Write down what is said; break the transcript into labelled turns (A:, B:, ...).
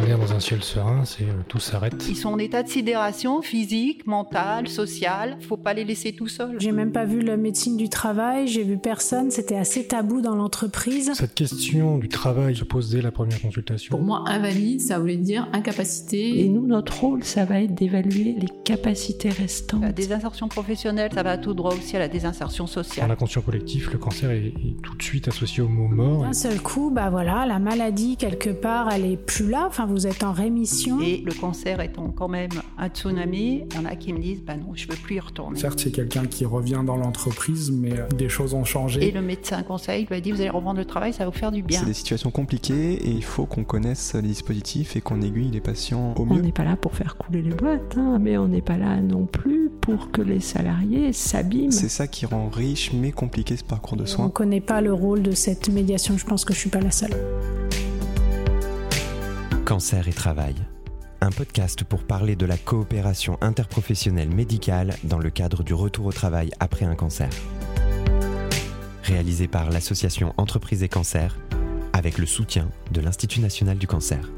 A: regarde dans un ciel serein, c'est euh, tout s'arrête.
B: Ils sont en état de sidération physique, mentale, sociale. Faut pas les laisser tout seuls.
C: J'ai même pas vu la médecine du travail, j'ai vu personne, c'était assez tabou dans l'entreprise.
A: Cette question du travail se pose dès la première
D: Pour
A: consultation.
D: moi, invalide, ça voulait dire
E: Et
D: incapacité.
E: nous, notre rôle, ça va être d'évaluer les capacités restantes.
F: Bah,
B: La désinsertion professionnelle, ça va tout droit aussi à la désinsertion
A: Dans
B: sociale.
A: l'inconscient collectif, le cancer est, est tout de suite associé au mot mort.
C: D'un seul coup, bah voilà, la maladie quelque part, elle est plus là. Enfin, vous êtes en rémission.
B: Et le cancer étant quand même un tsunami, il y en a qui me disent bah non, je veux plus y retourner.
G: Certes, c'est quelqu'un qui revient dans l'entreprise, mais euh, des choses ont
B: Et
G: changé.
B: le médecin conseil lui a dit vous allez reprendre le travail, ça va vous faire du bien.
F: C'est des situations compliquées et il faut qu'on connaisse les dispositifs et qu'on aiguille les patients au
E: On
F: mieux.
E: n'est pas là pour faire couler les boîtes, hein, mais on n'est pas là non plus pour que les salariés s'abîment.
F: C'est ça qui rend riche mais compliqué ce parcours de
C: On
F: soins.
C: connaît pas le rôle de cette médiation, je pense que je suis pas la seule.
H: Cancer et travail. Un podcast pour parler de la coopération interprofessionnelle médicale dans le cadre du retour au travail après un cancer. Réalisé par l'association Entreprises et Cancer avec le soutien de l'Institut national du cancer.